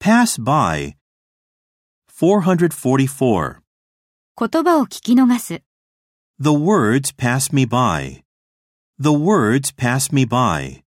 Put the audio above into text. Pass by. 444. 言葉を聞き逃す。 The words pass me by. The words pass me by.